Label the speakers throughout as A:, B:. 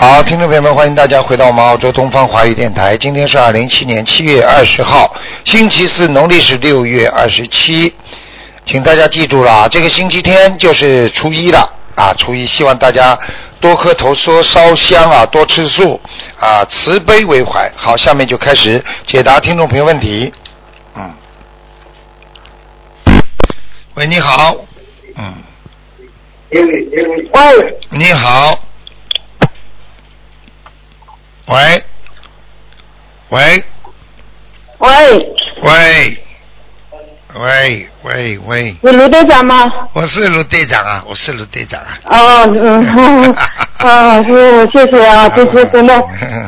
A: 好，听众朋友们，欢迎大家回到我们澳洲东方华语电台。今天是二零七年七月二十号，星期四，农历是六月二十七。请大家记住了，这个星期天就是初一了啊！初一，希望大家多磕头、说烧香啊，多吃素啊，慈悲为怀。好，下面就开始解答听众朋友问题。嗯，喂，你好。嗯，
B: 喂，
A: 你好。喂，喂，
B: 喂，
A: 喂，喂，喂，喂，
B: 是卢队长吗？
A: 我是卢队长啊，我是卢队长啊。
B: 哦，嗯， 啊，是，谢谢啊，谢谢，真的，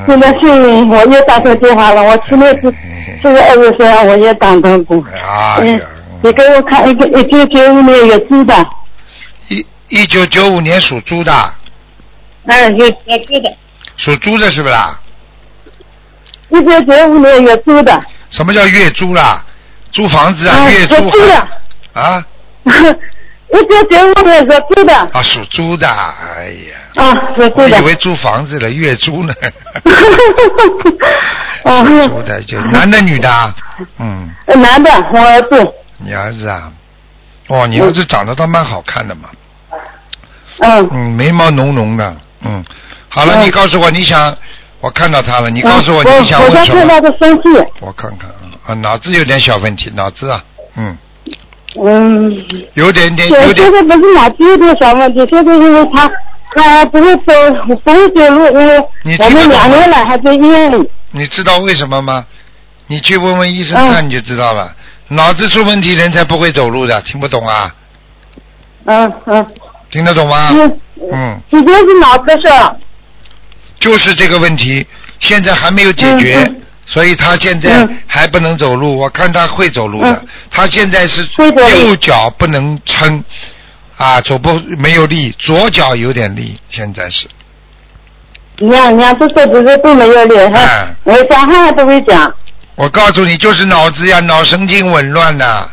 B: 真的幸运，我又打错电话了。我去 年是这个二月份，我也打断过。
A: 哎
B: 嗯
A: 呀，，
B: 你给我看一个一九九五年有猪的，
A: 一一九九五年属猪的，
B: 哎，有有猪的，
A: 属猪的是不是啦？
B: 一九九五年有猪的，
A: 什么叫月租啦？租房子啊，
B: 哎
A: 月
B: 有
A: 租
B: 猪的，
A: 啊
B: 一九九五年有猪的，
A: 啊，属猪的，哎呀，
B: 啊，有
A: 我
B: 猪的
A: 以。为租房子了，月租 呢。
B: 啊
A: 属猪的就男的女的啊，嗯。
B: 男的，我儿子，
A: 你儿子啊？哦，你儿子长得倒蛮好看的嘛，
B: 嗯。
A: 嗯，眉毛浓浓的，嗯。好了，
B: 嗯
A: 你告诉我你想，我看到他了，你告诉我
B: 嗯我
A: 你想
B: 我
A: 问
B: 在
A: 什
B: 看
A: 么
B: 他？的生气，
A: 我看看啊，啊，脑子有点小问题，脑子啊，嗯，
B: 嗯，
A: 有点点，有
B: 现
A: 点
B: 现，在不是脑子有点小问题，现在因为他他不会走，不会走路，因为
A: 你
B: 我
A: 听得
B: 们
A: 懂
B: 两
A: 吗
B: 年来还在医院里。
A: 你知道为什么吗？你去问问医生
B: 嗯
A: 看你就知道了。脑子出问题，人才不会走路的，听不懂啊？
B: 嗯嗯，
A: 听得懂吗？
B: 嗯，
A: 嗯，
B: 直接是脑子的事儿。
A: 就是这个问题，现在还没有解决。
B: 嗯嗯
A: 所以他现在
B: 嗯
A: 还不能走路，我看他会走路的。
B: 嗯
A: 他现在是
B: 会走路
A: 右脚不能撑，啊，走不没有力，左脚有点力，现在是。
B: 你看，你看，这手指头都没有脸，还
A: 嗯
B: 我讲话都会讲。
A: 我告诉你，就是脑子呀，脑神经紊乱呐、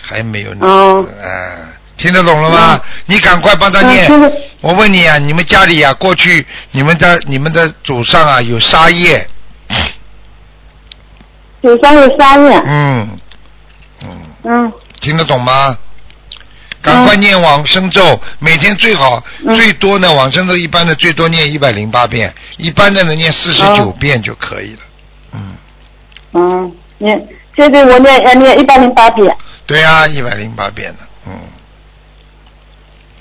A: 还没有呢。
B: 哦
A: 哎听得懂了吗？
B: 嗯
A: 你赶快帮他
B: 嗯，
A: 念。
B: 现在
A: 我问你啊，你们家里啊，过去你们的你们的祖上啊有沙叶，
B: 九三有三年，
A: 嗯嗯。
B: 嗯
A: 听得懂吗？赶快念往生咒，每天最好、
B: 嗯
A: 最多呢，往生咒一般的最多念一百零八遍，一般的能念四十九
B: 哦
A: 遍就可以了。嗯，
B: 嗯，你现在我念要呃念一百零八遍。
A: 对啊，一百零八遍的，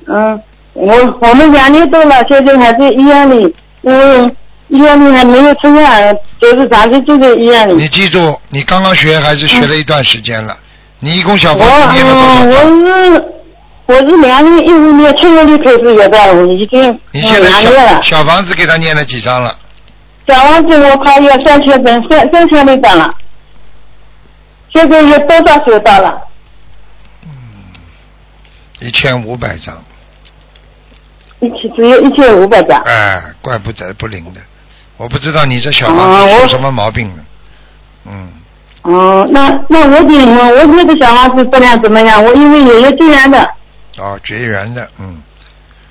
A: 嗯，
B: 嗯，我我们两年多了，现在还在医院里，因为医院里还没有出院，就是长期住在医院
A: 你
B: 里。
A: 记住，你刚刚学还是学了一段时间了，你一共小
B: 我
A: 房子念了多少
B: 嗯，
A: 张？
B: 我是我是两年一五年七月里开始有的，我已经
A: 你现
B: 嗯
A: 在
B: 两
A: 小
B: 年了。
A: 小房子给他念了几张了？
B: 小王子我快要三千本，三三千里张了，现在有多少收到了？
A: 一千五百张，
B: 一千只有一千五百张。
A: 哎，怪不得不灵的，我不知道你这小房
B: 啊
A: 子
B: 我
A: 出什么毛病了，嗯。
B: 哦、那那我得我我这个小王子质量怎么样？我因为也有经验的，
A: 哦，绝缘的，嗯，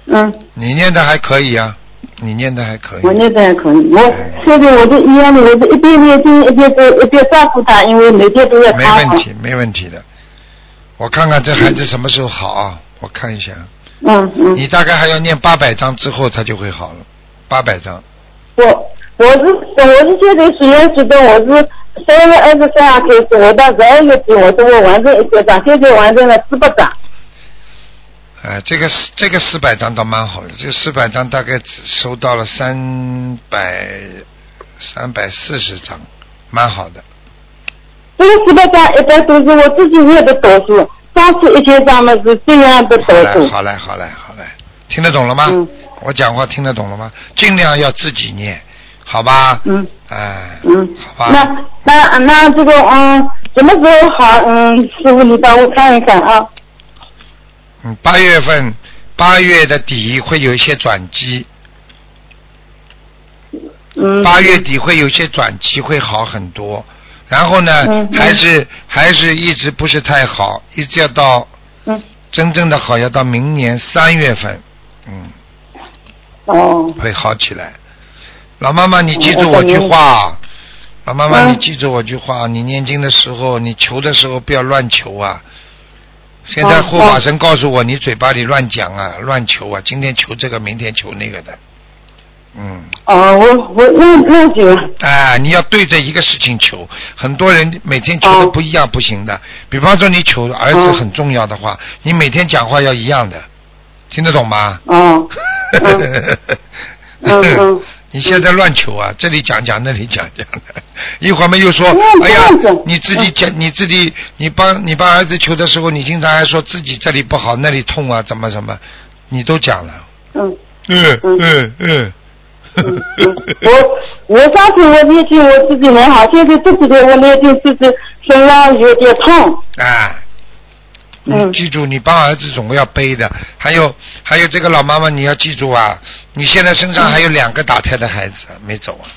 B: 嗯。
A: 你念的还可以啊，你念的还可以。
B: 我那边可以，我现在我在医院里，我是一边念经一边在一边照顾他，因为每天都要
A: 没
B: 看
A: 问
B: 我。
A: 题，没问题的。我看看这孩子什么时候好啊？我看一下，
B: 嗯嗯，
A: 你大概还要念八百章之后，他就会好了。八百章，
B: 我我是我是现在许愿许的，我是三月二十三啊号开始，我到十二月底我都会完成一百张，现在完成了四百张。
A: 哎，这个四这个四百章倒蛮好的，这四百章大概只收到了三百三百四十章，蛮好的。
B: 这个四百张一般都是我自己念的多数，上次一千张嘛是这样的
A: 好
B: 多
A: 嘞，
B: 数。
A: 好嘞，好嘞，好嘞，听得懂了吗？
B: 嗯
A: 我讲话听得懂了吗？尽量要自己念，好吧？
B: 嗯
A: 哎，
B: 嗯
A: 好，吧。
B: 那那那这个嗯，什么时候好？嗯，师傅你帮我看一看啊。
A: 嗯，八月份，八月的底会有一些转机，
B: 嗯，
A: 八月底会有一些转机，会好很多。然后呢，
B: 嗯嗯
A: 还是还是一直不是太好，一直要到
B: 嗯
A: 真正的好要到明年三月份，嗯，
B: 哦。
A: 会好起来。老妈妈，你记住我句话。老妈妈，你记住我句话，你念经的时候，你求的时候不要乱求啊。现在护法神告诉我，你嘴巴里乱讲啊，乱求啊，今天求这个，明天求那个的。嗯。
B: 哦，我我那那行啊。
A: 哎，你要对着一个事情求，很多人每天求的不一样，不行的。比方说，你求儿子很重要的话，你每天讲话要一样的，听得懂吗？
B: 哦。嗯嗯。
A: 你现在乱求啊！这里讲讲，那里讲讲的，一会儿们又说，哎呀，你自己讲，你自己，你帮你帮儿子求的时候，你经常还说自己这里不好，那里痛啊，怎么怎么，你都讲了。
B: 嗯
A: 嗯嗯
B: 嗯。我我上次我练经我自己很好，现在这几天我练经就是身上有点痛。
A: 啊。你记住，你帮儿子总归要背的。还有，还有这个老妈妈，你要记住啊！你现在身上还有两个打胎的孩子没走啊。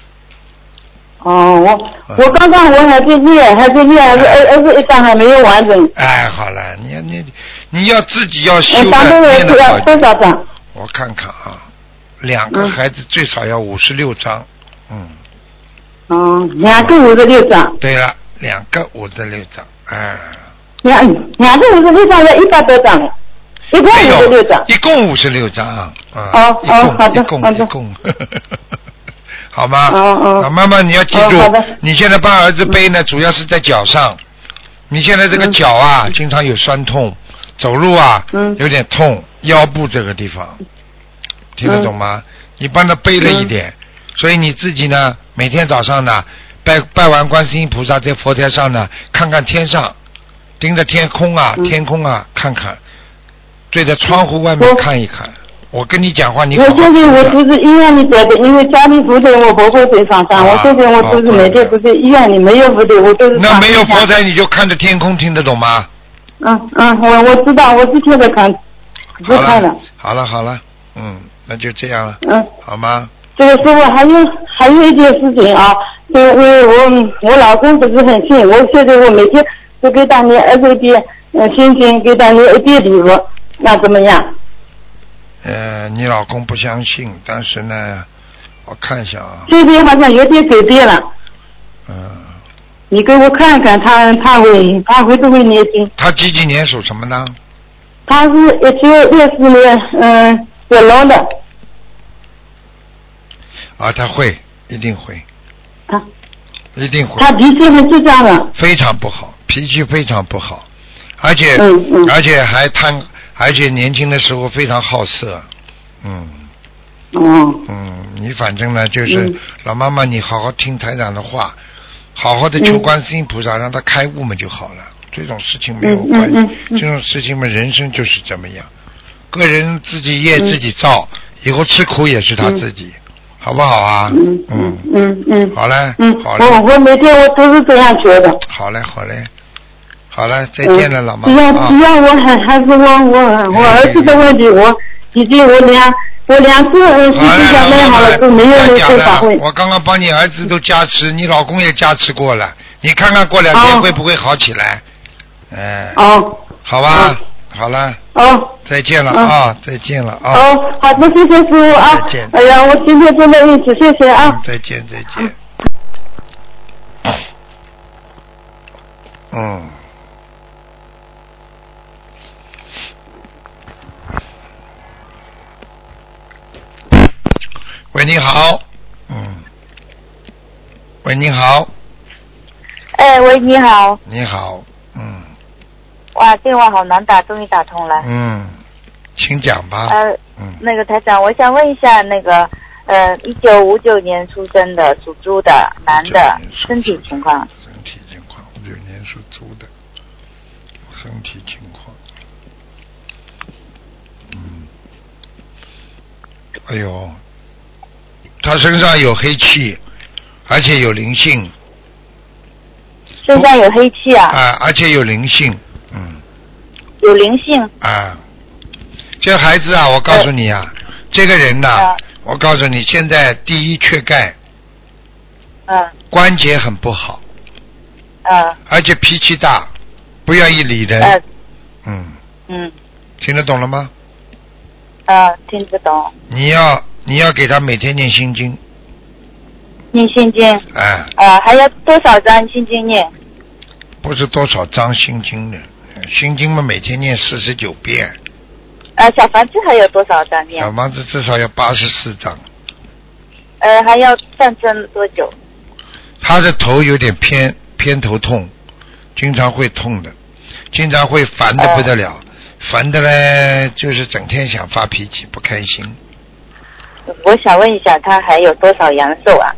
B: 哦，我我刚刚我还在练，还在练，还是二二十一章还没有完整。
A: 哎，好了，你你你要自己要修
B: 的。咱们
A: 多
B: 少多少章？
A: 我看看啊，两个孩子最少要五十六章，嗯。
B: 哦，两个五十六章。
A: 对了，两个五十六章，哎。
B: 两两个五十六张要一百多张了，一共五十六张。
A: 哎一共五十六张啊！
B: 哦哦，好的，好的，
A: 好吗？
B: 哦哦。
A: 啊老妈妈，你要记住，你现在帮儿子背呢，主要是在脚上。你现在这个
B: 嗯
A: 脚啊，经常有酸痛，走路啊，
B: 嗯
A: 有点痛，腰部这个地方，听得懂
B: 嗯
A: 吗？你帮他背了一点，所以你自己呢，每天早上呢，拜拜完观世音菩萨，在佛台上呢，看看天上。盯着天空啊，
B: 嗯
A: 天空啊，看看，对着窗户外面看一看。我跟你讲话，你
B: 我现
A: 啊
B: 在我就是医院里得的，因为家里不对，我不会背上
A: 啊
B: 山。我现在我就是每天不是医院里没有不对，我都是
A: 那没有佛台，你就看着天空，听得懂吗？
B: 嗯嗯，我我知道，我之前在看，不看了。
A: 好了好了，嗯，那就这样了，嗯，好吗？
B: 这个师傅还有还有一件事情啊，因为我我老公不是很信，我现在我每天。就给大年二十点，呃，星星给大年一点礼物，那怎么样？
A: 呃，你老公不相信，但是呢，我看一下啊。
B: 这边好像有点改变了。
A: 嗯。
B: 你给我看看，他他会他会不会念经？
A: 他几几年属什么呢？
B: 他是一九六四年，嗯，属龙的。
A: 啊，他会，一定会。
B: 啊。
A: 一定会。
B: 他脾气很倔强的。
A: 非常不好，脾气非常不好，而且、
B: 嗯嗯、
A: 而且还贪，而且年轻的时候非常好色，嗯。
B: 嗯。
A: 嗯，你反正呢，就是、嗯、老妈妈，你好好听台长的话，好好的求观世音菩萨，让他开悟嘛就好了。这种事情没有关
B: 嗯
A: 系，这种事情嘛，人生就是这么样，个人自己业自己造，
B: 嗯
A: 以后吃苦也是他自己。好不好啊？
B: 嗯嗯嗯嗯，
A: 好嘞，
B: 嗯，
A: 好
B: 嘞。我我每天我都是这样觉得。嗯
A: 好嘞，好嘞，好嘞，再见了，老妈。啊
B: 只要只要我还还是我我我儿子的问题，我已经我两我两次嗯事情讲那好了都没有那个反悔。
A: 哎我刚刚帮你儿子都加持，你老公也加持过了，你看看过两天会不会好起来？哎。
B: 哦。
A: 好吧，好了。
B: 哦。
A: 再见了啊！再见了啊！
B: 哦，好的，谢谢师傅啊！
A: 再见。
B: 哎呀，我今天真的运气，谢谢啊！
A: 再见，再见。嗯。喂，你好。嗯。喂，你好。
C: 哎，喂，你好。
A: 你好，嗯。
C: 哇，电话好难打，终于打通了。
A: 嗯。请讲吧。
C: 呃，嗯、那个台长，我想问一下，那个呃，一九五九年出生的属猪的男的身体情况。
A: 身体情况，五九年属猪的，身体情况。嗯。哎呦，他身上有黑气，而且有灵性。
C: 身上有黑气啊。
A: 啊、呃，而且有灵性，嗯。
C: 有灵性。
A: 啊、呃。这孩子啊，我告诉你啊，呃、这个人呐、啊，呃、我告诉你，现在第一缺钙，
C: 嗯、呃，
A: 关节很不好，
C: 嗯，
A: 而且脾气大，不愿意理人，
C: 嗯，嗯，
A: 听得懂了吗？
C: 啊，听得懂。
A: 你要你要给他每天念心经，
C: 念心经，
A: 哎，
C: 呃，还要多少张心经念？
A: 不是多少张心经的，呃心经嘛每天念四十九遍，
C: 呃，小房子还有多少张念
A: 小？房子至少要八十四张。
C: 呃，还要上升多久？
A: 他的头有点偏偏头痛，经常会痛的，经常会烦的不得了，烦的嘞就是整天想发脾气，不开心。
C: 我想问一下，他还有多少阳寿啊？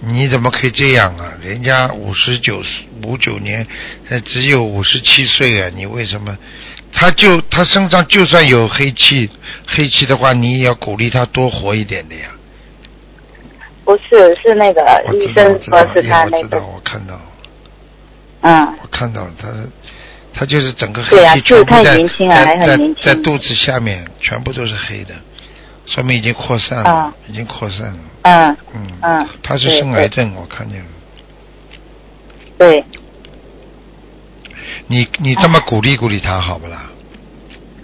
A: 你怎么可以这样啊？人家五十九五九年，呃，只有五十七岁啊，你为什么？他就他身上就算有黑气，黑气的话，你也要鼓励他多活一点的呀。
C: 不是，是那个
A: 我
C: 呃医
A: 知道，
C: 生
A: 我知
C: 说
A: 道，
C: 是
A: 哎
C: 他
A: 我
C: 那
A: 知
C: 个
A: 道，，我看到了，
C: 嗯，
A: 我看到了，他他就是整个黑
C: 对啊
A: 气
C: 就
A: 全
C: 是
A: 部
C: 太
A: 在
C: 年轻了还
A: 在
C: 很
A: 在
C: 年轻
A: 在肚子下面，全部都是黑的，说明已经扩散了
C: 啊，
A: 已经扩散了。
C: 嗯，
A: 嗯
C: 嗯
A: 他是
C: 对
A: 生
C: 对
A: 癌症，我看见了。
C: 对，
A: 你你这么
C: 啊
A: 鼓励鼓励他好不啦？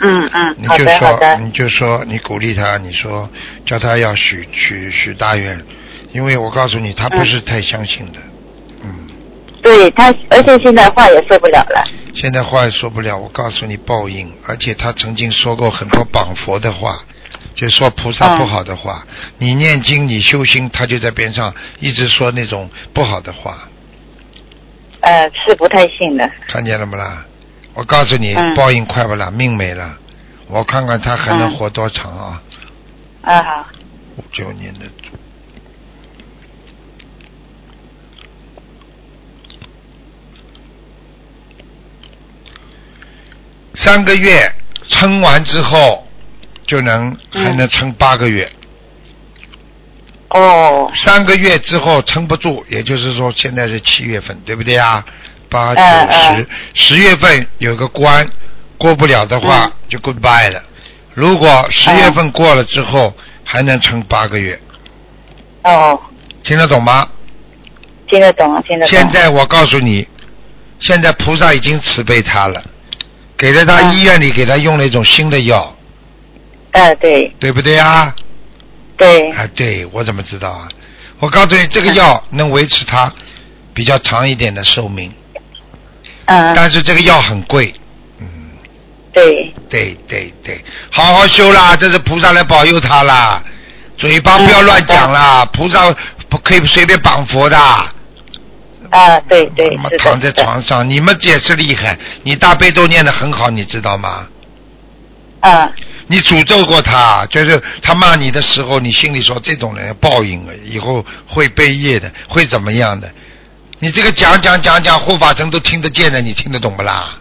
C: 嗯嗯，
A: 你
C: 好
A: 就
C: 的好
A: 说，
C: 的，
A: 你就说，你鼓励他，你说叫他要许许许大愿，因为我告诉你，他不是太相信的。嗯，
C: 对他，而且现在话也说不了了，
A: 现在话也说不了，我告诉你报应，而且他曾经说过很多绑佛的话，就说菩萨
C: 嗯
A: 不好的话。你念经，你修心，他就在边上一直说那种不好的话，
C: 呃，是不太信的，
A: 看见了不啦？我告诉你，
C: 嗯
A: 报应快不啦，命没了。我看看他还能
C: 嗯
A: 活多长啊？
C: 啊好，
A: 五九年的猪。三个月撑完之后，就能
C: 嗯
A: 还能撑八个月。
C: 哦，
A: 三个月之后撑不住，也就是说现在是七月份，对不对啊？八九
C: 嗯
A: 十
C: 嗯
A: 十月份有个关，过不了的话、
C: 嗯
A: 就 goodbye 了。如果十月份过了之后、还能撑八个月，
C: 哦，
A: 听得懂吗？
C: 听得懂，听得懂，
A: 现在我告诉你，现在菩萨已经慈悲他了，给了他
C: 嗯
A: 医院里给他用了一种新的药，
C: 呃，对
A: 对不对啊？
C: 对，
A: 啊，对，我怎么知道啊？我告诉你，这个药能维持他比较长一点的寿命，
C: 嗯，
A: 但是这个药很贵。嗯，
C: 对，
A: 对对对，好好修啦，这是菩萨来保佑他啦。嘴巴不要乱讲
C: 嗯
A: 啦，菩萨不可以随便绑佛的。
C: 啊，对对，
A: 他妈
C: 是
A: 嗯躺
C: 的，
A: 在
C: 是的，
A: 床上，你们也是厉害，你大悲咒念得很好，你知道吗？
C: 嗯，
A: 你诅咒过他，就是他骂你的时候，你心里说这种人报应了，以后会背业的，会怎么样的？你这个讲讲讲讲，护法神都听得见的，你听得懂不啦？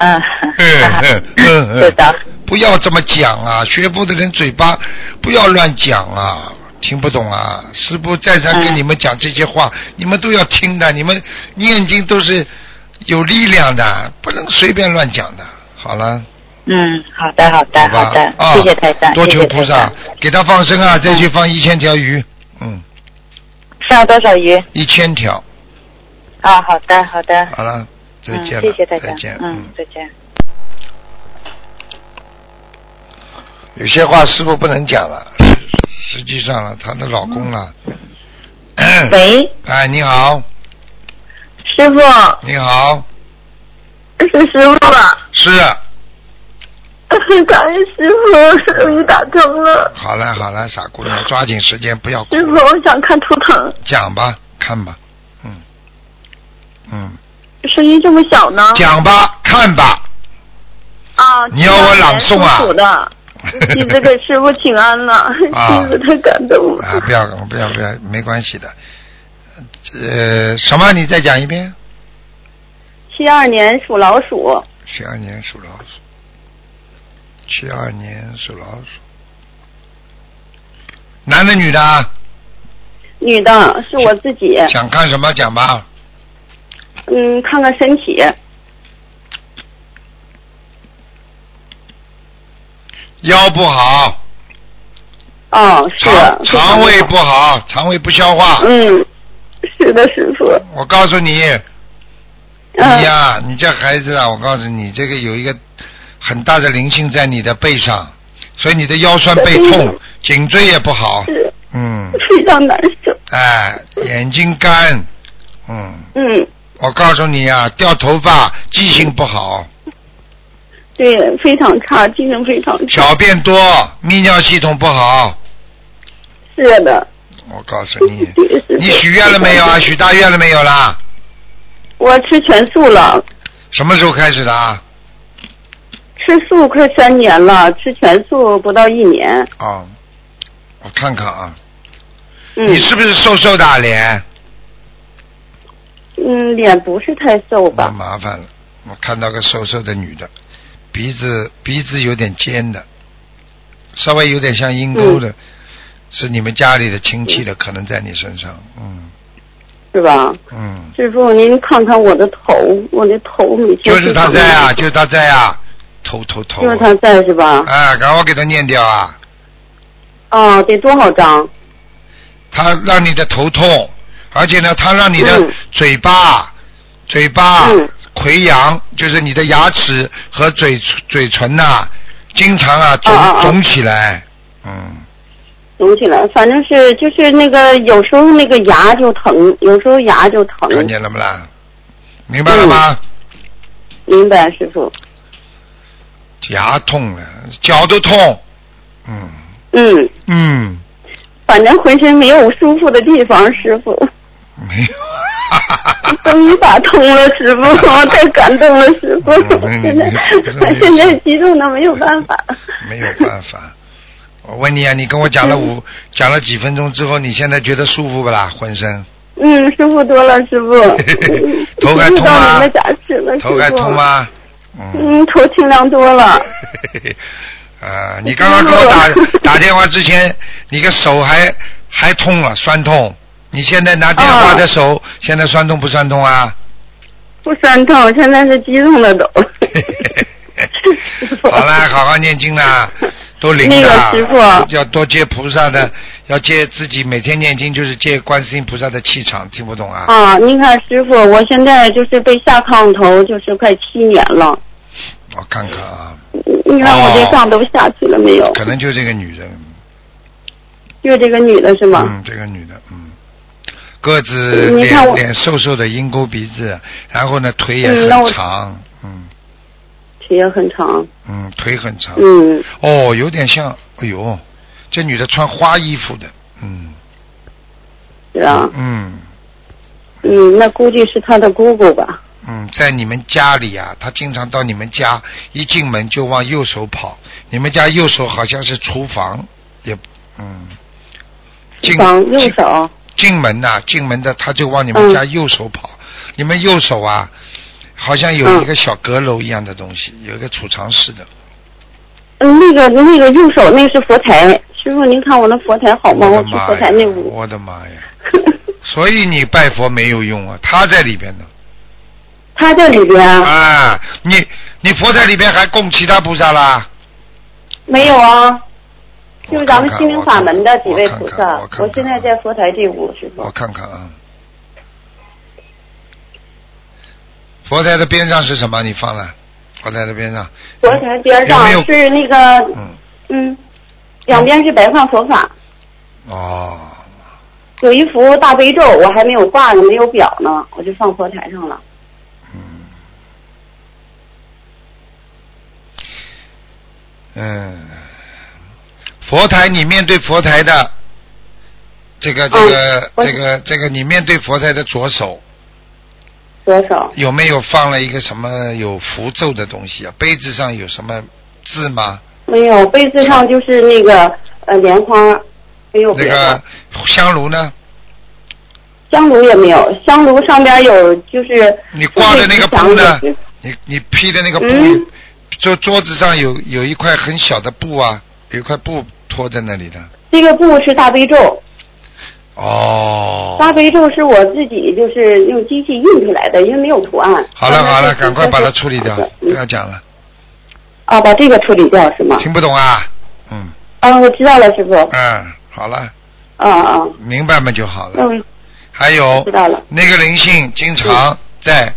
C: 嗯，
A: 嗯嗯嗯
C: 知道，
A: 不要这么讲啊！学佛的人嘴巴不要乱讲啊，听不懂啊！师傅再三跟
C: 嗯
A: 你们讲这些话，你们都要听的。你们念经都是有力量的，不能随便乱讲的。好了，
C: 嗯，好的好的
A: 好吧
C: 好的，
A: 啊，
C: 谢谢台长，
A: 多
C: 谢
A: 求
C: 谢
A: 菩
C: 台
A: 萨
C: 长，
A: 给他放生啊！再
C: 嗯
A: 去放一千条鱼，嗯，
C: 上多少鱼？
A: 一千条。
C: 啊，好的好的，
A: 好了，再
C: 嗯，
A: 见了，
C: 谢谢大家，
A: 再见，
C: 嗯，再见。
A: 有些话师傅不能讲了，实实际上了，她的老公了。
C: 嗯
D: 喂，
A: 哎，你好，
D: 师傅，
A: 你好，
D: 是师傅吧？
A: 是，
D: 感恩师傅，终于打通了。
A: 好了好了，傻姑娘，抓紧时间，不要哭
D: 师，傅，我想看图腾，
A: 讲吧，看吧，嗯，嗯，
D: 声音这么小呢？
A: 讲吧，看吧，
D: 啊，
A: 你要我朗诵啊
D: 挺苦 的，弟子给师傅请安了，
A: 啊
D: 弟子太感动了。
A: 啊，不要不要不要，没关系的，呃，什么？你再讲一遍。
D: 七二年属老鼠，
A: 七二年属老鼠，七二年属老鼠，男的女的啊？
D: 女的，是我自己。
A: 想看什么讲吧。
D: 嗯，看看身体，
A: 腰不好，
D: 哦，是
A: 肠
D: 非常
A: 肠胃
D: 好
A: 不好，肠胃不消化。
D: 嗯，是的，师傅。
A: 我告诉你，你
D: 嗯，
A: 哎呀、你这孩子啊，我告诉你，这个有一个很大的灵性在你的背上，所以你的腰酸背
D: 对
A: 痛，颈椎也不好。
D: 啊是
A: 嗯，
D: 非常难受。
A: 哎，眼睛干，嗯，
D: 嗯，
A: 我告诉你啊，掉头发，记性不好，
D: 对，非常差，精神非常差。
A: 小便多，泌尿系统不好。
D: 是的。
A: 我告诉哎你，
D: 对是的
A: 你许愿了没有 啊？许大愿了没有啦？
D: 我吃全素了，
A: 什么时候开始的啊？
D: 吃素快三年了，吃全素不到一年。
A: 哦，我看看啊，
D: 嗯
A: 你是不是瘦瘦的啊脸？
D: 嗯，脸不是太
A: 那
D: 瘦吧？
A: 麻烦了，我看到个瘦瘦的女的，鼻子鼻子有点尖的，稍微有点像鹰钩的，是你们家里的亲戚的，可能在你身上，嗯
D: 是吧？
A: 嗯，
D: 师傅，您看看我的头，我的头每天
A: 就是他在啊，就是他在啊，头头头
D: 就是
B: 嗯
D: 他在是吧？
A: 啊，赶快给他念掉啊，
B: 哦
D: 啊，得多少张？
A: 他让你的头痛，而且呢，他让你的
D: 嗯
A: 嘴巴、嘴巴
D: 嗯
A: 溃疡，就是你的牙齿和嘴嘴唇呐、经常啊肿
D: 啊啊啊
A: 肿起来，嗯。
D: 肿起来，反正是就是那个有时候那个牙就疼，有时候牙就疼，
A: 看见了不啦？明白了
D: 嗯
A: 吗？
D: 明白师傅？
A: 牙痛了，脚都痛。嗯
D: 嗯，
A: 嗯，
D: 反正浑身没有舒服的地方，师傅。
A: 没有。
D: 终于打通了，师傅，我太感动了，师傅。
A: 嗯
D: 现在现在激动的没有办法了。
A: 没有办 法。我问你啊，你跟我讲
D: 嗯
A: 了五、讲了几分钟之后，你现在觉得舒服不啦？浑身
D: 嗯，师傅多了，师傅。嗯
A: 头还痛吗啊
D: 知道您的加持了，师傅
A: 头还痛？啊吗？嗯。
D: 嗯，头清凉多了。嗯
A: 啊，你刚刚给我 打打电话之前，你个手还还痛了，酸痛。你现在拿电话的
D: 啊
A: 手，现在酸痛不酸痛 啊？。
D: 不酸痛，现在是激动的都
A: 好啦，好好念经啦，都灵的。
D: 那个师傅啊
A: 要多接菩萨的，要接自己每天念经就是接观世音菩萨的气场，听不懂啊？
D: 啊，您看师傅，我现在就是被下炕头，就是快七年了。
A: 我看看啊，
D: 你看我这炕都下去了没有？
A: 哦可能就这个女人，
D: 就这个女的是吗？嗯
A: 嗯，这个女的，嗯，个子
D: 你看
A: 脸
D: 我
A: 脸瘦瘦的，鹰钩鼻子，然后呢腿也
D: 嗯
A: 很
D: 那我
A: 长，嗯
D: 腿也很长。
A: 嗯，腿很长，
D: 嗯，
A: 哦，有点像，哎呦，这女的穿花衣服的，嗯
D: 是啊，
A: 嗯。
D: 嗯，那估计是她的姑姑吧？
A: 嗯，在你们家里啊，他经常到你们家，一进门就往右手跑。你们家右手好像是厨房，也嗯，进
D: 往右
A: 进
D: 手。
A: 进门呐、进门的他就往你们家右手跑。你们右手啊，好像有一个小阁楼一样的东西，有一个储藏室的。
D: 嗯，那个那个右手那是佛台，师傅您看我那佛台好吗？
A: 我的
D: 去
A: 妈
D: 佛台那
A: 呀！
D: 屋。
A: 我的妈呀！所以你拜佛没有用啊，他在里边呢。
D: 他在里边、
A: 啊，你你佛在里边还供其他菩萨啦？
D: 没有啊，就是咱
A: 我看
D: 们
A: 看
D: 心灵法门的几位菩
A: 我看
D: 萨
A: 看。我看看
D: 我现在在佛台这屋，师
A: 我
D: 傅。
A: 看看啊，佛台的边上是什么？你放了？佛台的边上。
D: 佛台边上
A: 有没有
D: 是那个
A: 嗯，
D: 嗯，两边是白话佛法，
A: 哦，
D: 有一幅大悲咒，我还没有挂呢，没有表呢，我就放佛台上了。
A: 嗯，嗯，佛台，你面对佛台的这个这个、
D: 嗯我
A: 这个这个，你面对佛台的左手
D: 左手
A: 有没有放了一个什么有符咒的东西啊？杯子上有什么字吗？
D: 没有，杯子上就是那个呃莲花，没有
A: 那
D: 别的。
A: 个香炉呢？
D: 香炉也没有，香炉上边有就是
A: 你挂的那个布呢？你你披的那个布，
D: 嗯
A: 桌桌子上有有一块很小的布啊，有一块布拖在那里的。
D: 这个布是大悲咒，
A: 哦，
D: 大悲咒是我自己就是用机器印出来的，因为没有图案。
A: 好了好了，
D: 上
A: 赶
D: 面
A: 快
D: 是
A: 把它处理掉呃
D: 好的，
A: 不要
D: 嗯
A: 讲了，
D: 啊，把这个处理掉是吗？
A: 听不懂啊？嗯
D: 啊，我知道了，师傅。
A: 嗯，好了，
D: 啊啊，
A: 明白嘛就好
D: 那
A: 了。
D: 我
A: 还呃有
D: 嗯知道了。
A: 那个灵性经常在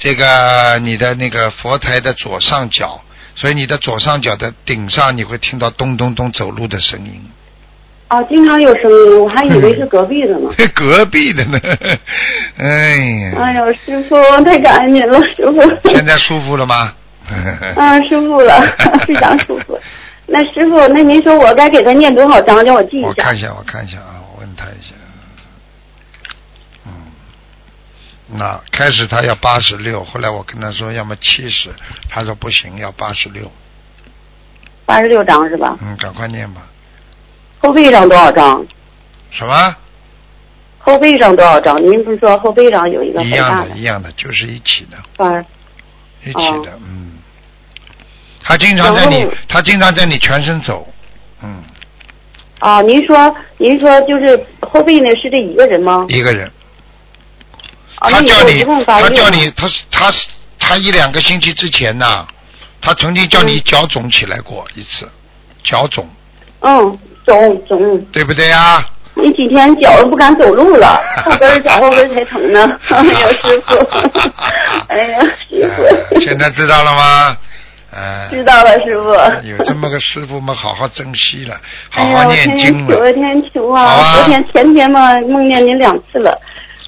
A: 这个你的那个佛台的左上角，所以你的左上角的顶上你会听到咚咚咚走路的声音。
D: 哦，经常有声音，我还以为是隔壁的呢。
A: 隔壁的呢， 哎呀，
D: 哎呦，师傅，太感恩您了，师傅。
A: 现在舒服了吗？
D: 啊 嗯，师傅了，非常舒服。那师傅，那您说我该给他念多少章，让我记
A: 我
D: 一下？
A: 看一下，我看一下啊，我问他一下。嗯，那开始他要八十六，后来我跟他说要么七十，他说不行，要八十六。
D: 八十六章是吧？
A: 嗯，赶快念吧。
D: 后背上多少章？
A: 什么？
D: 后背上多少章？您不是说后背上有一个
A: 一
D: 很大
A: 样
D: 的
A: 的，一样的，就是一起的，
D: 八儿？
A: 一起的，嗯。他经常在你
D: 哦然后，
A: 他经常在你全身走，嗯，
D: 啊，您说您说就是后背呢是这一个人吗？
A: 一个人。
D: 啊，那
A: 他
D: 你
A: 叫
D: 说
A: 你
D: 一共，八
A: 他
D: 十六
A: 叫你，他是他是他一两个星期之前呐、他曾经叫你脚肿起来过一次，脚肿，
D: 嗯，总总，
A: 对不对呀、
D: 你几天脚都不敢走路了，后跟儿脚后跟儿才疼呢。 哎呀，师傅，哎呀，师
A: 呃
D: 傅，
A: 现在知道了吗？呃，
D: 知道了，师傅。
A: 有这么个师傅们，好好珍惜了，好
D: 哎呀，
A: 好
D: 我
A: 念
D: 天天
A: 经
D: 求，
A: 了
D: 我。天天求
A: 好
D: 啊！
A: 啊
D: 昨天前天嘛，梦见您两次了。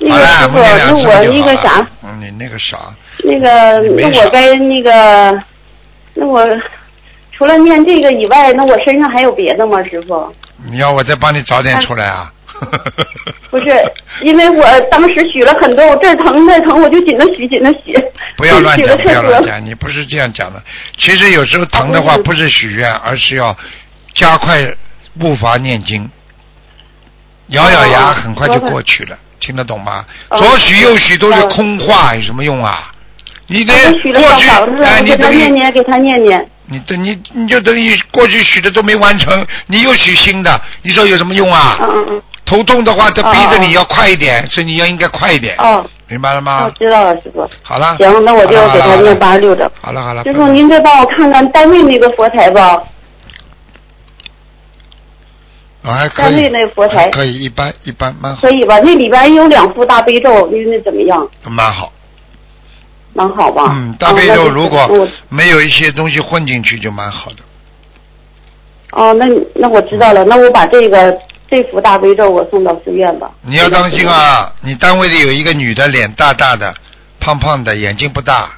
D: 那
A: 好
D: 个
A: 了，
D: 师
A: 我们
D: 傅，那
A: 两次
D: 我
A: 就
D: 那
A: 好
D: 个
A: 了
D: 啥，
A: 嗯，你那个啥，
D: 那个
A: 你没
D: 那
A: 啥
D: 我该那个，那我除了念这个以外，那我身上还有别的吗，师傅？
A: 你要我再帮你找点出来啊？
D: 不是，因为我当时许了很多，我这儿疼那儿疼，我就紧着许紧着许。
A: 不要乱
D: 许
A: 讲
D: 了，
A: 不
D: 太
A: 要
D: 多
A: 乱
D: 了。
A: 讲，你不是这样讲的。其实有时候疼的话，
D: 啊不
A: 不是许愿，而是要加快步伐念经，咬咬牙，
D: 哦
A: 很快就
D: 我
A: 过去了。听得懂吗？
D: 哦
A: 左许右许都是
D: 知道了
A: 空话，有什么用啊？你得
D: 我哦许了
A: 过
D: 小
A: 去
D: 房子，，
A: 哎，
D: 我
A: 你
D: 给他
A: 等
D: 念
A: 于
D: 念，给他念念。
A: 你等你你就等于过去许的都没完成，你又许新的，你说有什么用啊？
D: 嗯嗯嗯，
A: 头痛的话，这逼着
D: 哦哦
A: 你要快一点，所以你要应该快一点，
D: 哦，
A: 明白了
D: 我
A: 吗？
D: 知道了，师傅。
A: 好了，
D: 行，那我就
A: 好了
D: 给
A: 啊好
D: 他
A: 了
D: 念八十六章。
A: 好了好了，
D: 师
A: 拜
D: 傅，
A: 拜
D: 您再帮我看看单位那个佛台吧。
A: 啊，还可
D: 单
A: 以
D: 位，那佛
A: 还
D: 台
A: 可以，一般一般，蛮好
D: 可，以吧？那里边有两幅大悲咒，那那怎么样？
A: 蛮好。
D: 蛮好吧？
A: 嗯，大悲
D: 啊那
A: 咒
D: 就
A: 如果
D: 我
A: 没有一些东西混进去，就蛮好的。
D: 哦，那你那我知道了，那我把这个这幅大悲咒我送到寺院吧。
A: 你要当心啊！你单位里有一个女的，脸大大的，胖胖的，眼睛不大，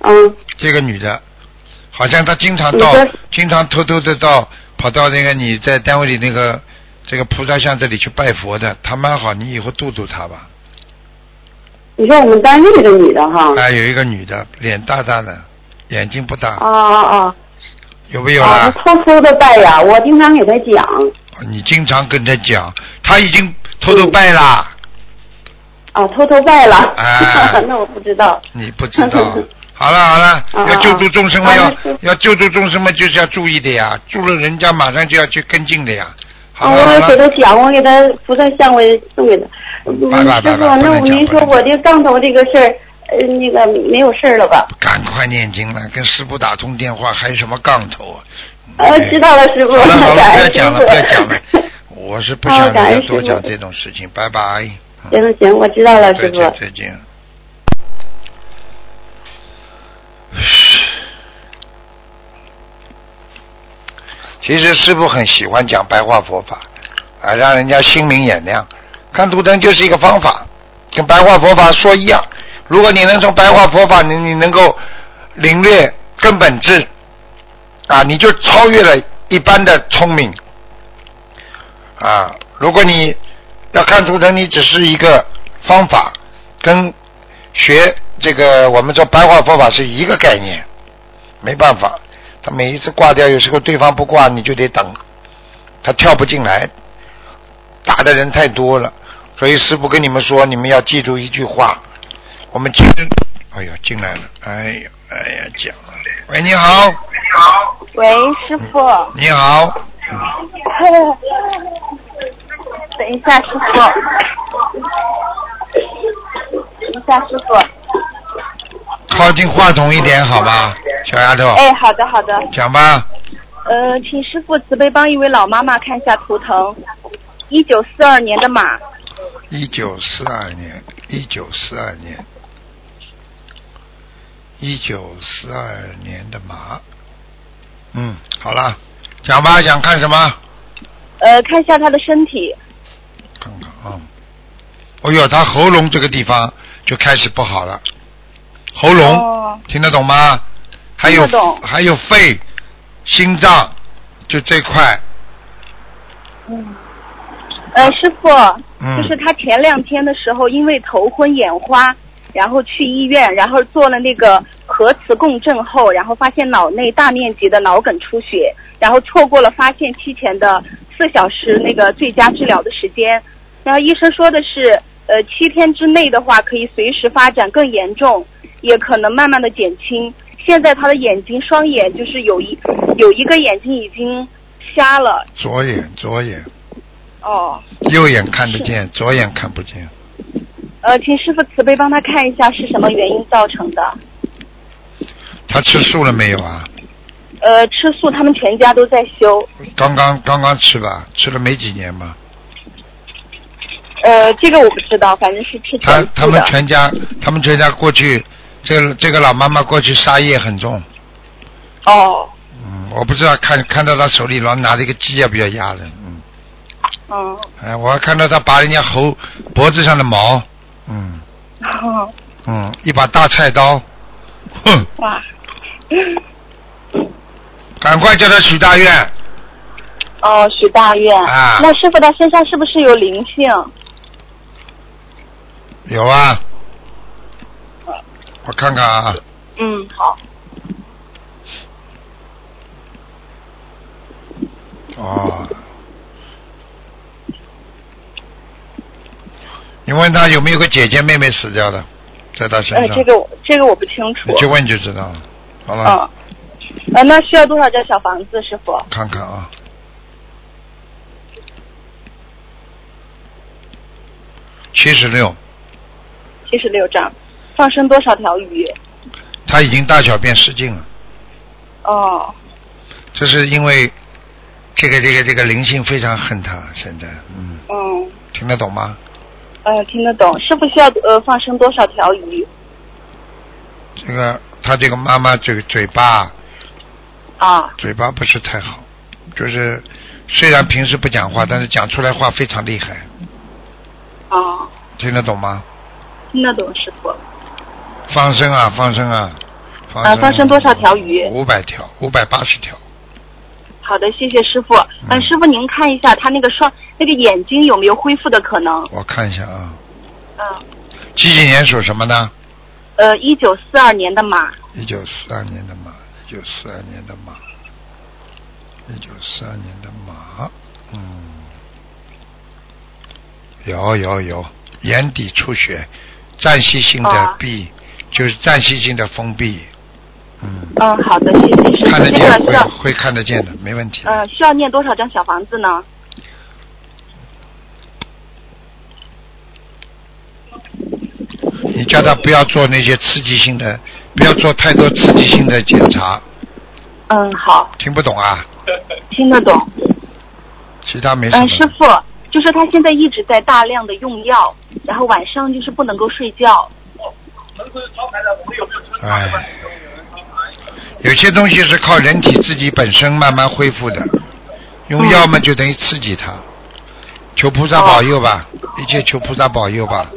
D: 嗯，
A: 这个女的，好像她经常到
D: 你说，
A: 经常偷偷的到，跑到那个你在单位里那个这个菩萨像这里去拜佛的，她蛮好，你以后度度她吧。
D: 你说我们单位的女的哈？
A: 啊，有一个女的，脸大大的，眼睛不
D: 啊
A: 大，
D: 啊啊！
A: 有没有啦？
D: 啊，她偷偷的拜呀，我经常给她讲。
A: 你经常跟他讲，他已经偷偷拜
D: 哦
A: 啦，
D: 啊，偷偷拜了。
A: 哎
D: 那我不知道。
A: 你不知 道。好了好了，
D: 嗯
A: 要救助众生嘛，
D: 嗯
A: 要
D: 嗯
A: 要救助众生嘛，就是要注意的呀，助了人家马上就要去跟进的呀。好
D: 啊，
A: 了好
D: 我
A: 了，
D: 给他讲，我给他菩萨像我也送给他。嗯
A: 拜拜拜
D: 师傅
A: 拜，不
D: 那
A: 能
D: 我
A: 讲
D: 您
A: 不
D: 说
A: 能
D: 我
A: 讲
D: 这杠头这个事儿，呃，那个没有事儿了吧？
A: 赶快念经了，跟师傅打通电话，还有什么杠头啊？
D: 呃，知道了，师傅，
A: 好了 好了，不
D: 感恩
A: 要
D: 师
A: 讲了
D: 傅
A: 不要讲了，我是不
D: 好
A: 想
D: 哦感
A: 人
D: 恩
A: 家多
D: 师
A: 讲
D: 傅
A: 这种事情，拜拜。嗯
D: 行行，我知道了，
A: 再
D: 师傅。
A: 见再见。其实师傅很喜欢讲白话佛法，啊，让人家心明眼亮。看图腾就是一个方法，跟白话佛法说一样。如果你能从白话佛法你你能够领略根本质，啊，你就超越了一般的聪明。啊，如果你要看图腾，你只是一个方法，跟学这个我们说白话佛法是一个概念，没办法，他每一次挂掉，有时候对方不挂，你就得等，他跳不进来，打的人太多了，所以师傅跟你们说，你们要记住一句话，我们今天，哎呀，进来了，哎呀，哎呀，讲了，喂，你好，
C: 喂，师傅，
A: 你好，
C: 等一下，师傅，等一下，师傅。
A: 靠近话筒一点好吧，小丫头，
C: 哎，好的，好的。
A: 讲吧，
C: 呃，请师傅慈悲帮一位老妈妈看一下图腾，一九四二年的马，
A: 一九四二年，一九四二年，一九四二年的马。嗯，好了，讲吧，想看什么？
E: 呃看一下他的身体。
A: 看看啊，哦哟，他喉咙这个地方就开始不好了，喉咙、
E: 哦
A: 听得懂吗？还有
E: 听得懂
A: 还有肺、心脏，就这块，
E: 呃，师傅，
A: 嗯
E: 就是他前两天的时候，因为头昏眼花，然后去医院，然后做了那个核磁共振后，然后发现脑内大面积的脑梗出血，然后错过了发现期前的四小时那个最佳治疗的时间。然后医生说的是，呃，七天之内的话可以随时发展更严重，也可能慢慢的减轻。现在他的眼睛双眼就是有一有一个眼睛已经瞎了
A: 左眼左眼，
E: 哦。
A: 右眼看得见，左眼看不见。
E: 呃，请师傅慈悲帮他看一下是什么原因造成的。
A: 他吃素了没有啊？
E: 呃，吃素，他们全家都在修。
A: 刚刚刚刚吃吧，吃了没几年嘛。
E: 呃，这个我不知道，反正是吃全
A: 他他
E: 素
A: 们
E: 的。
A: 全家，他们全家过去，这个这个老妈妈过去杀业很重。
E: 哦，
A: 嗯，我不知道看看到他手里老拿着一个鸡，要不要压人？嗯，
E: 嗯，
A: 哎，我还看到他拔人家喉脖子上的毛，嗯
E: 哦
A: 嗯，一把大菜刀，哼，
E: 哇，
A: 赶快叫他许大愿，
E: 哦，许大愿。
A: 啊
E: 那师傅他身上是不是有灵性？
A: 有啊，我看看啊，
E: 嗯，好。
A: 哦，你问他有没有个姐姐妹妹死掉的，在他身
E: 呃，
A: 上，
E: 这个我这个我不清楚
A: 你。去问就知道了。好了，
E: 嗯。呃，那需要多少张小房子，师傅？
A: 看看啊。七十六，
E: 七十六张。放生多少条鱼？
A: 他已经大小便失禁了，
E: 哦，
A: 这是因为这个这个这个灵性非常恨他，现在嗯，
E: 嗯，
A: 听得懂吗？
E: 呃，听得懂。师傅需要呃放生多少条鱼？
A: 这个他这个妈妈这个嘴巴
E: 啊，
A: 嘴巴不是太好，就是虽然平时不讲话，但是讲出来话非常厉害，
E: 哦，
A: 听得懂吗？
E: 听得懂师傅。
A: 放生啊，放生啊，放
E: 啊放生多少条鱼
A: 五百条，五百八十条。
E: 好的，谢谢师傅。嗯、
A: 嗯
E: 师傅您看一下他那个双那个眼睛有没有恢复的可能？
A: 我看一下啊，
E: 嗯、
A: 几几年属什么呢？
E: 呃，一九四二年的马，
A: 一九四二年的马，一九四二年的马，一九四二年的马，嗯，有有有，眼底出血，暂时性的
E: 哦
A: 闭，就是暂时性的封闭，嗯，
E: 嗯，好的，谢谢师傅。
A: 看得见
E: 那个
A: 会
E: 需要，
A: 会看得见的，没问题的。
E: 呃，需要念多少张小房子呢？
A: 你叫他不要做那些刺激性的，不要做太多刺激性的检查，
E: 嗯，好，
A: 听不懂啊？
E: 听得懂。
A: 其他没
E: 嗯、
A: 什么。
E: 师傅，就是他现在一直在大量的用药，然后晚上就是不能够睡觉。
A: 哎，有些东西是靠人体自己本身慢慢恢复的，用药嘛就等于刺激它。求菩萨保佑吧，一切求菩萨保佑吧，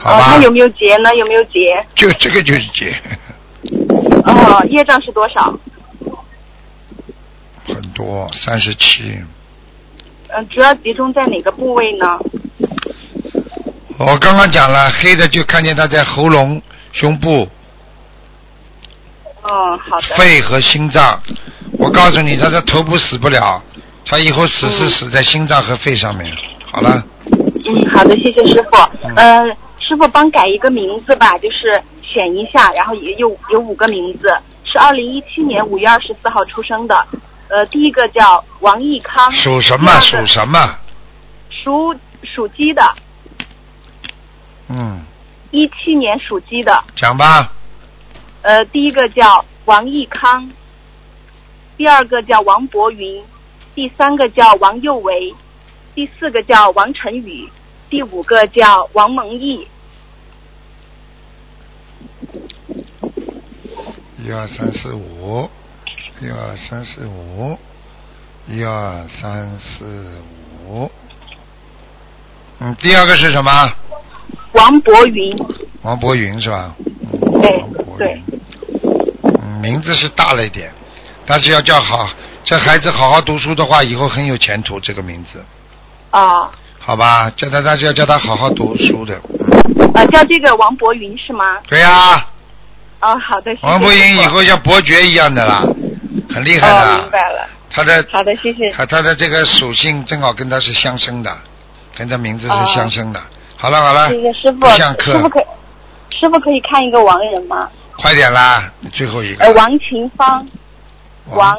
A: 好
E: 呃
A: 吧
E: 他？有没有结呢？有没有结？
A: 就这个就是劫，
E: 呃，业障是多少？
A: 很多三十七。
E: 嗯、主要集中在哪个部位呢？
A: 我刚刚讲了，黑的就看见他在喉咙、胸部、
E: 嗯，好的。
A: 肺和心脏。我告诉你，他的头部死不了，他以后死是
E: 嗯
A: 死在心脏和肺上面。好了，
E: 嗯，好的，谢谢师傅。
A: 嗯
E: 呃，师傅帮改一个名字吧，就是选一下，然后也有有五个名字，是二零一七年五月二十四号出生的。呃，第一个叫王义康，
A: 属什么？
E: 第二
A: 属
E: 个
A: 什么？
E: 属属鸡的，
A: 嗯，
E: 一七年属鸡的。
A: 讲吧。
E: 呃，第一个叫王义康，第二个叫王博云，第三个叫王佑维，第四个叫王晨宇，第五个叫王蒙毅。
A: 一二三四五，一二三四五，一二三四虎。嗯，第二个是什么？
D: 王博云，
A: 王博云是吧？
D: 对
A: 王博
D: 对
A: 云，嗯，名字是大了一点，但是要叫好，这孩子好好读书的话，以后很有前途。这个名字，
D: 啊
A: 好吧？叫他，但是要叫他好好读书的。嗯
D: 啊，叫这个王博云是吗？
A: 对呀、
D: 啊，好的，谢谢
A: 王博云
D: 师傅
A: 以后像伯爵一样的啦，很厉害
D: 哦，明
A: 的。
D: 白了，
A: 他的
D: 好的，谢谢，
A: 啊他他的这个属性正好跟他是相生的，跟他名字
D: 哦
A: 是相生的。好了好了，
D: 谢谢师
A: 不
D: 傅，
A: 像课
D: 师傅可师傅可以看一个亡人吗？
A: 快点啦，最后一个。
D: 呃，王琴芳，王，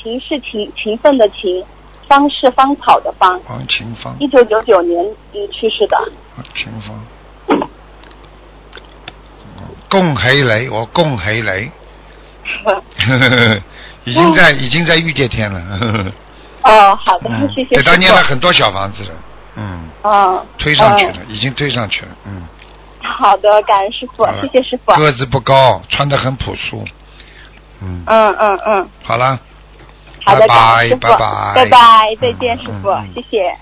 D: 勤是勤勤奋的勤，芳是芳草的芳，
A: 王秦芳，
D: 一九九九年嗯去世的。
A: 王秦芳，恭喜你，我恭喜你， 已经在已经在御界天了，
D: 哦，嗯好的，
A: 嗯
D: 谢谢
A: 给他
D: 师
A: 念了
D: 傅。
A: 很多小房子了，嗯，
D: 嗯，
A: 推上去
D: 哦
A: 了，已经推上去了，嗯，
D: 好的，感恩师傅
A: 好，了
D: 谢谢师傅。
A: 个子不高，穿的很朴素，嗯，
D: 嗯嗯嗯，
A: 好了。
D: 好的，
A: 拜
D: 感
A: 拜
D: 恩师傅，
A: 拜拜
D: 拜拜，再见，
A: 嗯
D: 师傅
A: 嗯嗯，
D: 谢谢。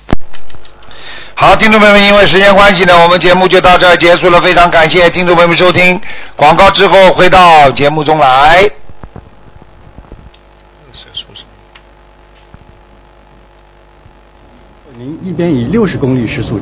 A: 好，听众朋友们，因为时间关系呢，我们节目就到这儿结束了。非常感谢听众朋友们收听，广告之后回到节目中来。
F: 您一边以六十公里时速。